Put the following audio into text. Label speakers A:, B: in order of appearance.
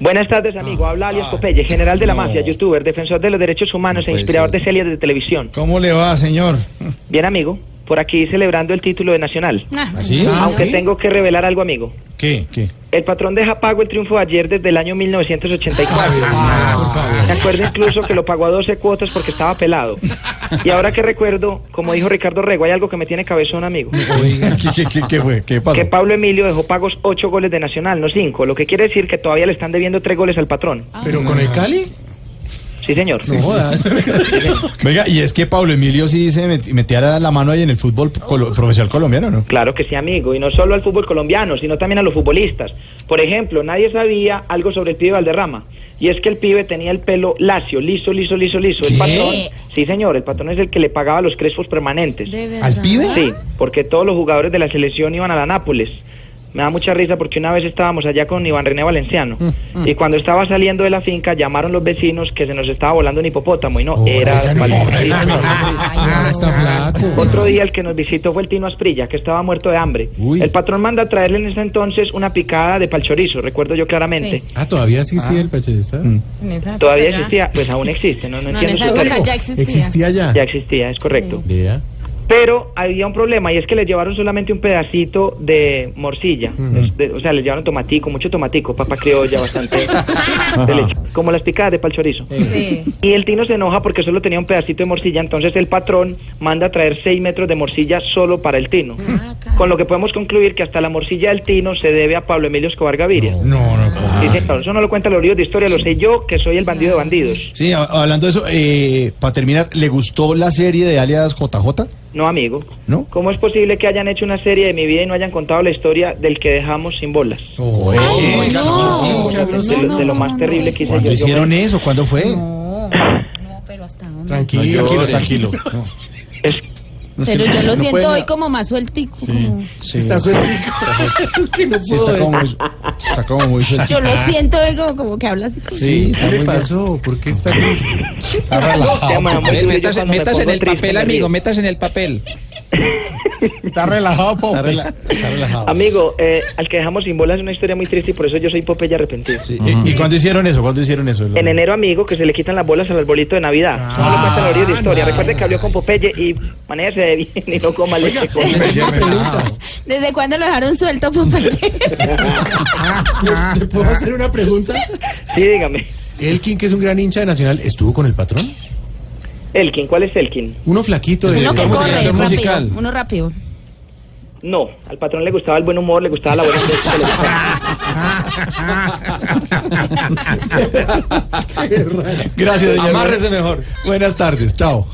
A: Buenas tardes, amigo. Habla alias Popeye, general de la mafia, youtuber, defensor de los derechos humanos e inspirador de series de televisión.
B: ¿Cómo le va, señor?
A: Bien, amigo. Por aquí celebrando el título de Nacional.
B: ¿Así?
A: Ah, Aunque tengo que revelar algo, amigo.
B: ¿Qué? ¿Qué?
A: El patrón deja pago el triunfo de ayer desde el año 1984.
B: Por favor.
A: Me acuerdo incluso que lo pagó a 12 cuotas porque estaba pelado. Y ahora que recuerdo, como dijo Ricardo Rego, hay algo que me tiene cabezón, amigo.
B: Oiga, ¿qué, qué, qué, qué fue? ¿Qué pasó?
A: Que Pablo Emilio dejó pagos 8 goles de Nacional, no 5, lo que quiere decir que todavía le están debiendo 3 goles al patrón.
B: ¿Pero con el Cali?
A: Sí, señor.
B: No jodas. Venga, y es que Pablo Emilio sí se met- metiera la mano ahí en el fútbol colo- profesional colombiano, ¿no?
A: Claro que sí, amigo, y no solo al fútbol colombiano, sino también a los futbolistas. Por ejemplo, nadie sabía algo sobre el pibe Valderrama, y es que el pibe tenía el pelo lacio, liso, liso, liso, liso. El
B: ¿Qué?
A: patrón, sí, señor, el patrón es el que le pagaba los crespos permanentes.
C: ¿De verdad?
B: ¿Al pibe?
A: Sí, porque todos los jugadores de la selección iban a la Nápoles. Me da mucha risa porque una vez estábamos allá con Iván René Valenciano y cuando estaba saliendo de la finca llamaron los vecinos que se nos estaba volando un hipopótamo y no,
B: Oh,
A: era
B: ese no,
A: Valenciano.
B: ese no.
C: Ay,
B: Ahora está flaco.
A: Otro día el que nos visitó fue el Tino Asprilla, que estaba muerto de hambre.
B: Uy.
A: El patrón manda a traerle en ese entonces una picada de palchorizo, recuerdo yo claramente.
C: Sí.
D: Ah, todavía sí, sí, el pachadista.
B: Mm.
C: En esa
A: Todavía
C: época ya-
A: existía, pues aún existe, no, no,
C: No, en
A: entiendo
C: esa
A: su
C: época
A: término.
C: ya existía.
D: Existía ya.
A: Ya existía, es correcto.
D: Vea.
A: Pero había un problema y es que le llevaron solamente un pedacito de morcilla. Es de- o sea, le llevaron tomatico, mucho tomatico, papa criolla, bastante. de leche, como las picadas de palchorizo.
C: Sí.
A: Y el Tino se enoja porque solo tenía un pedacito de morcilla, entonces el patrón manda a traer 6 metros de morcilla solo para el Tino.
C: Ah, caramba.
A: Con lo que podemos concluir que hasta la morcilla del Tino se debe a Pablo Emilio Escobar Gaviria.
B: No, no. ¿cómo?
A: Sí, señor, eso no lo cuentan los libros de historia, lo sé yo, que soy el bandido de bandidos.
B: Sí, a- hablando de eso, eh, para terminar, ¿le gustó la serie de alias JJ?
A: No, amigo.
B: ¿No?
A: ¿Cómo es posible que hayan hecho una serie de mi vida y no hayan contado la historia del que dejamos sin bolas?
E: Oh.
B: Oye,
C: Ay, no,
A: sí,
C: no,
A: de lo-
C: no,
A: de lo
C: no,
A: más
C: no,
A: terrible
C: no,
A: que hice
C: no,
B: ¿Cuándo
A: yo- yo
B: hicieron
A: me-
B: eso? ¿Cuándo fue?
C: No, no, pero hasta dónde.
D: Tranquilo,
B: llores.
D: tranquilo, tranquilo.
A: Es-
B: No, es
C: Pero
B: que
C: yo lo
B: no
C: siento
B: pueden-
C: hoy como más sueltico. como-
B: Sí,
D: Está sueltico. es que no
B: sí,
D: puedo.
B: está
D: eh.
B: como muy, está como muy sueltico.
C: Yo lo siento hoy como, como que hablas así. como-
B: Ah, Sí, está
D: ¿Qué
B: muy
D: le
B: bien.
D: pasuro, ¿Por qué está triste?
E: Está relajado.
A: Tema muy
E: Popeye.
A: duro, yo
E: Métase,
A: cuando me
E: métase en
A: pongo
E: el
A: triste
E: papel,
A: me río.
E: amigo, métase en el papel.
D: Está relajado,
B: Está, rela- está relajado.
A: Amigo, eh, al que dejamos sin bolas es una historia muy triste y por eso yo soy Popeye arrepentido.
B: Sí, ¿Y, y cuándo hicieron eso? ¿Cuándo hicieron eso?
A: En enero, amigo, que se le quitan las bolas al arbolito de Navidad. Ah. no lo cuentan los libros de historia. Recuerde que habló con Popeye y manéjese bien y no coma leche con
C: ¿Desde cuándo lo dejaron suelto, Popache?
D: ¿Te puedo hacer una pregunta?
A: Sí, dígame.
D: Elkin, que es un gran hincha de Nacional, ¿estuvo con el patrón?
A: Elkin, ¿cuál es Elkin?
D: Uno flaquito de...
C: Uno que
E: Vamos a
C: corre,
E: cantar
C: rápido.
E: musical.
C: Uno rápido.
A: No, al patrón le gustaba el buen humor, le gustaba la buena leche. le gustaba-
B: Gracias, señor.
E: Amárrese mejor.
B: Buenas tardes. Chao.